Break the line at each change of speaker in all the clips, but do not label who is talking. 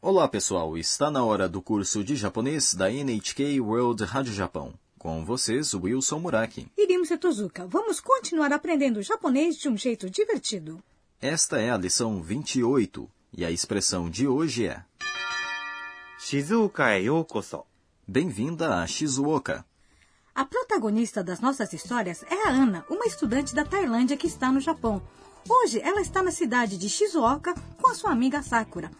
Olá, pessoal! Está na hora do curso de japonês da NHK World Rádio Japão. Com vocês, Wilson Muraki.
Irimo Setozuka, vamos continuar aprendendo japonês de um jeito divertido.
Esta é a lição 28 e a expressão de hoje é
静岡へようこそ。
Bem-vinda a Shizuoka.
A protagonista das nossas histórias é a Ana, uma estudante da Tailândia que está no Japão. Hoje ela está na cidade de Shizuoka com a sua amiga Sakura.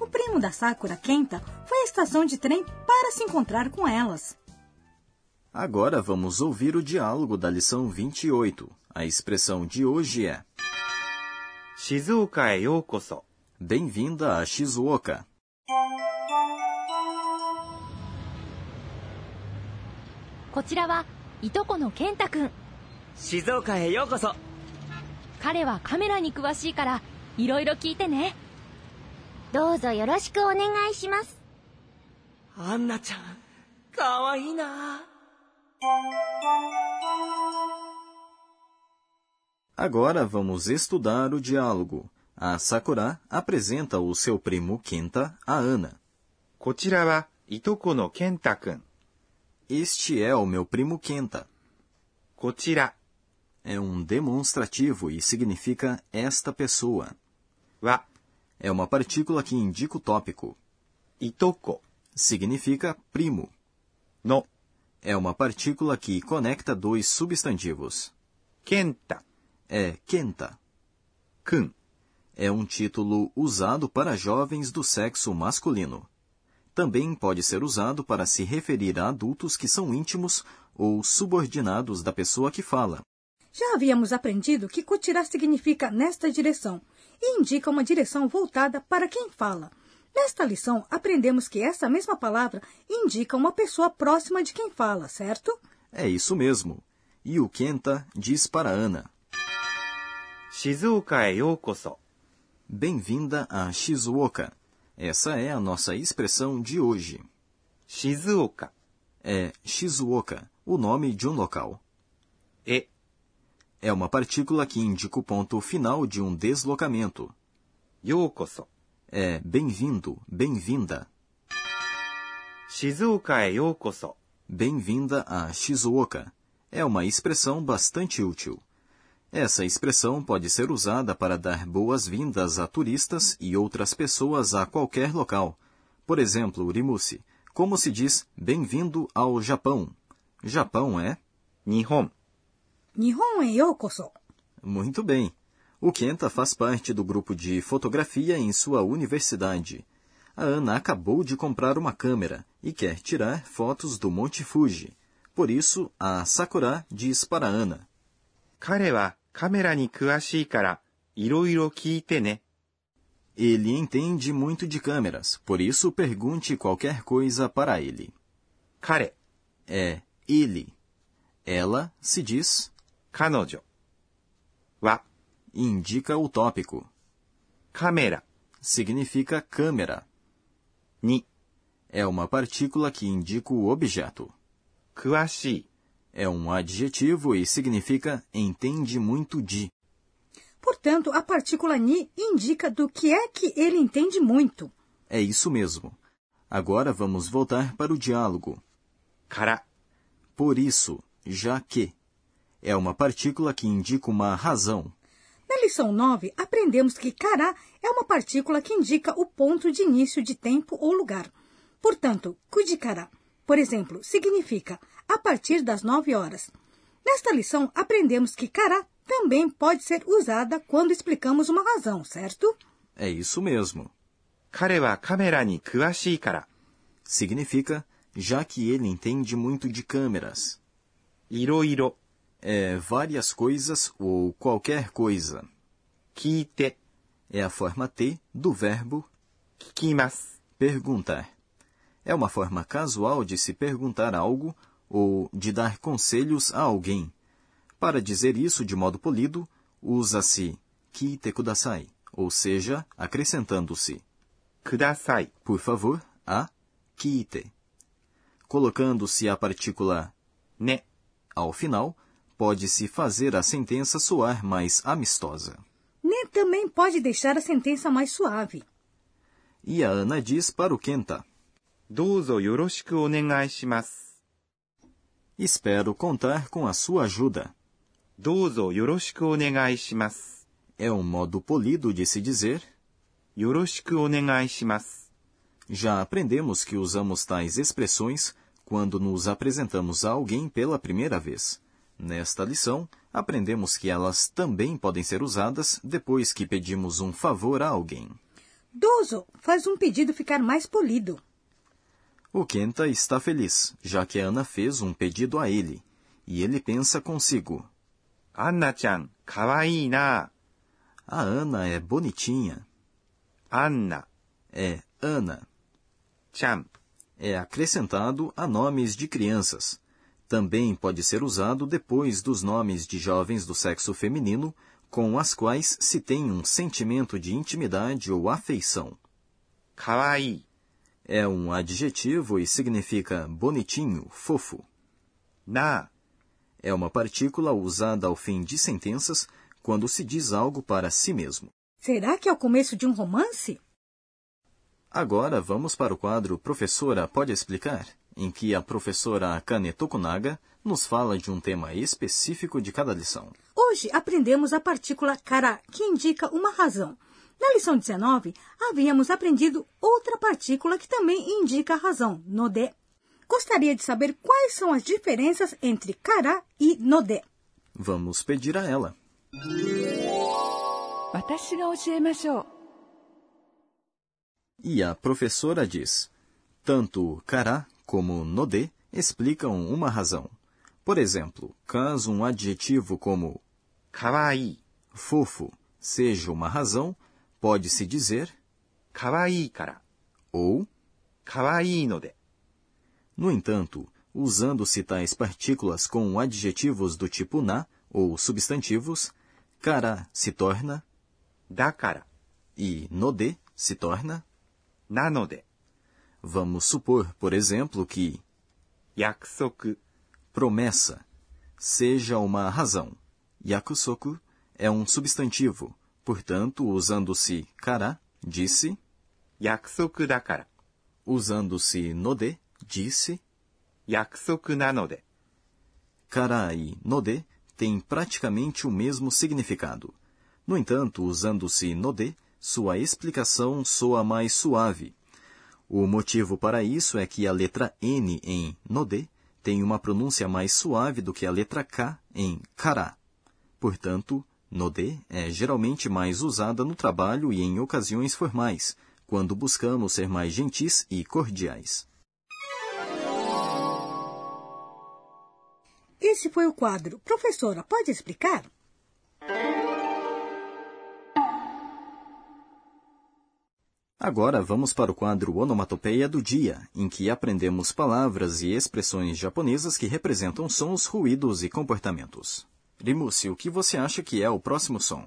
O primo da Sakura, Kenta, foi à estação de trem para se encontrar com elas.
Agora vamos ouvir o diálogo da lição 28. A expressão de hoje é
静岡へようこそ。
Bem-vinda a Shizuoka.
こちらはいとこの健太くん
静岡へようこそ
彼はカメラに詳しいからいろいろ聞いてねどうぞよろしくお願いします
アンナちゃんかわいいな
Agora vamos estudar o diálogo. A Sakura apresenta o seu primo Kenta a Ana.
こちらはいとこの健太くん。
Este é o meu primo Kenta.
こちら
É um demonstrativo e significa esta pessoa.
は
É uma partícula que indica o tópico.
いとこ
Significa primo.
の
É uma partícula que conecta dois substantivos.
健太
É Kenta.
くん。
É um título usado para jovens do sexo masculino. Também pode ser usado para se referir a adultos que são íntimos ou subordinados da pessoa que fala.
Já havíamos aprendido que Kutirá significa nesta direção e indica uma direção voltada para quem fala. Nesta lição, aprendemos que essa mesma palavra indica uma pessoa próxima de quem fala, certo?
É isso mesmo. E o Kenta diz para Ana:
静岡へようこそ。
Bem-vinda a Shizuoka. Essa é a nossa expressão de hoje.
静岡
É Shizuoka, o nome de um local.
へ
É uma partícula que indica o ponto final de um deslocamento.
ようこそ。
É bem-vindo, bem-vinda.
静岡へようこそ。
Bem-vinda a Shizuoka. É uma expressão bastante útil. Essa expressão pode ser usada para dar boas-vindas a turistas e outras pessoas a qualquer local. Por exemplo, Rimusi, como se diz bem-vindo ao Japão? Japão é
日本
Nihon e Yokoso.
muito bem. O Kenta faz parte do grupo de fotografia em sua universidade. A Ana acabou de comprar uma câmera e quer tirar fotos do Monte Fuji. Por isso, a Sakura diz para a Ana:
彼はカメラに詳しいから、いろいろ聞いてね。
Ele entende muito de câmeras, por isso pergunte qualquer coisa para ele.
彼、
É ele. Ela se diz,
彼女は
indica o tópico.
カメラ
Significa câmera.
に
É uma partícula que indica o objeto.
詳しい
É um adjetivo e significa entende muito de.
Portanto, a partícula ni indica do que é que ele entende muito.
É isso mesmo. Agora vamos voltar para o diálogo.
から。
Por isso, já que. É uma partícula que indica uma razão,
Na lição 9, aprendemos que cará é uma partícula que indica o ponto de início de tempo ou lugar. Portanto, kudikará, por exemplo, significa a partir das 9 horas. Nesta lição, aprendemos que cará também pode ser usada quando explicamos uma razão, certo?
É isso mesmo.
彼はカメラに詳しいから、
Significa já que ele entende muito de câmeras.
いろいろ
É várias coisas ou qualquer coisa.
聞いて、
É a forma T do verbo
聞きます。
perguntar. É uma forma casual de se perguntar algo ou de dar conselhos a alguém. Para dizer isso de modo polido, usa-se kite kudasai, ou seja, acrescentando-se
ください。
por favor, a kite. Colocando-se a partícula
ね。
Ao final, pode-se fazer a sentença soar mais amistosa.
Ne também pode deixar a sentença mais suave.
E a Ana diz para o Kenta:
どうぞよろしくお願いします。
Espero contar com a sua ajuda.
どうぞよろしくお願いします。
É um modo polido de se dizer.
よろしくお願いします。
Já aprendemos que usamos tais expressões quando nos apresentamos a alguém pela primeira vez. Nesta lição, aprendemos que elas também podem ser usadas depois que pedimos um favor a alguém.
Dozo faz um pedido ficar mais polido.
O Kenta está feliz, já que a Ana fez um pedido a ele. E ele pensa consigo:
アンナちゃん、かわいいな
a Ana é bonitinha.
あ。アンナ、
É Ana.
ちゃん、
É acrescentado a nomes de crianças. Também pode ser usado depois dos nomes de jovens do sexo feminino com as quais se tem um sentimento de intimidade ou afeição.
かわいい、
É um adjetivo e significa bonitinho, fofo.
なあ。
É uma partícula usada ao fim de sentenças quando se diz algo para si mesmo.
Será que é o começo de um romance?
Agora vamos para o quadro Professora Pode Explicar, em que a professora Akane Tokunaga nos fala de um tema específico de cada lição.
Hoje aprendemos a partícula kara, que indica uma razão. Na lição 19, havíamos aprendido outra partícula que também indica a razão, node. Gostaria de saber quais são as diferenças entre kara e node.
Vamos pedir a ela.
私が教えましょう
E a professora diz: tanto kara como node explicam uma razão. Por exemplo, caso um adjetivo como
かわいい、
fofo seja uma razão, pode-se dizer
かわいいから、
ou
かわいいので、
No entanto, usando-se tais partículas com adjetivos do tipo na ou substantivos, cara se torna
だから、
e node se torna.
なので、
Vamos supor, por exemplo, que
約束、
promessa seja uma razão. Yakusoku é um substantivo, portanto, usando-se kara, disse,
約束だから、
usando-se node, disse,
約束なので、
Kara e node têm praticamente o mesmo significado. No entanto, usando-se node, sua explicação soa mais suave. O motivo para isso é que a letra N em node tem uma pronúncia mais suave do que a letra K em kara. Portanto, node é geralmente mais usada no trabalho e em ocasiões formais, quando buscamos ser mais gentis e cordiais.
Esse foi o quadro. Professora, pode explicar?
Agora vamos para o quadro Onomatopeia do Dia, em que aprendemos palavras e expressões japonesas que representam sons, ruídos e comportamentos. Rimusi, o que você acha que é o próximo som?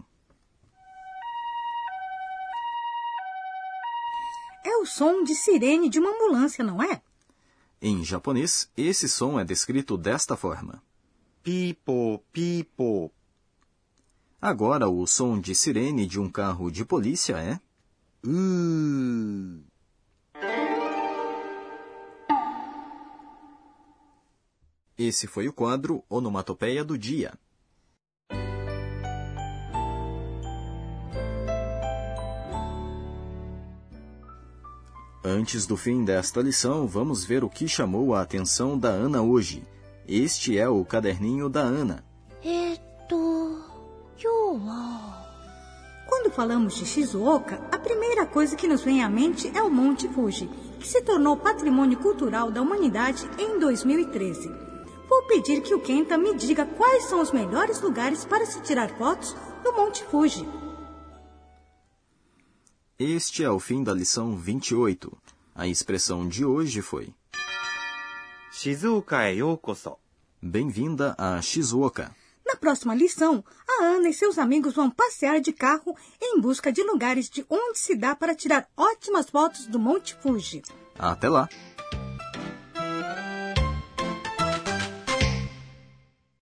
É o som de sirene de uma ambulância, não é?
Em japonês, esse som é descrito desta forma.
ピーポー、ピーポー、
Agora, o som de sirene de um carro de polícia é.
うー。
Esse foi o quadro Onomatopeia do Dia. Antes do fim desta lição, vamos ver o que chamou a atenção da Ana hoje. Este é o caderninho da Ana.
えーっと今日は
Quando falamos de Shizuoka, a primeira coisa que nos vem à mente é o Monte Fuji, que se tornou patrimônio cultural da humanidade em 2013. Vou pedir que o Kenta me diga quais são os melhores lugares para se tirar fotos no Monte Fuji.
Este é o fim da lição 28. A expressão de hoje foi:
静岡へようこそ。
Bem-vinda a Shizuoka.
Na próxima lição, a Ana e seus amigos vão passear de carro em busca de lugares de onde se dá para tirar ótimas fotos do Monte Fuji.
Até lá!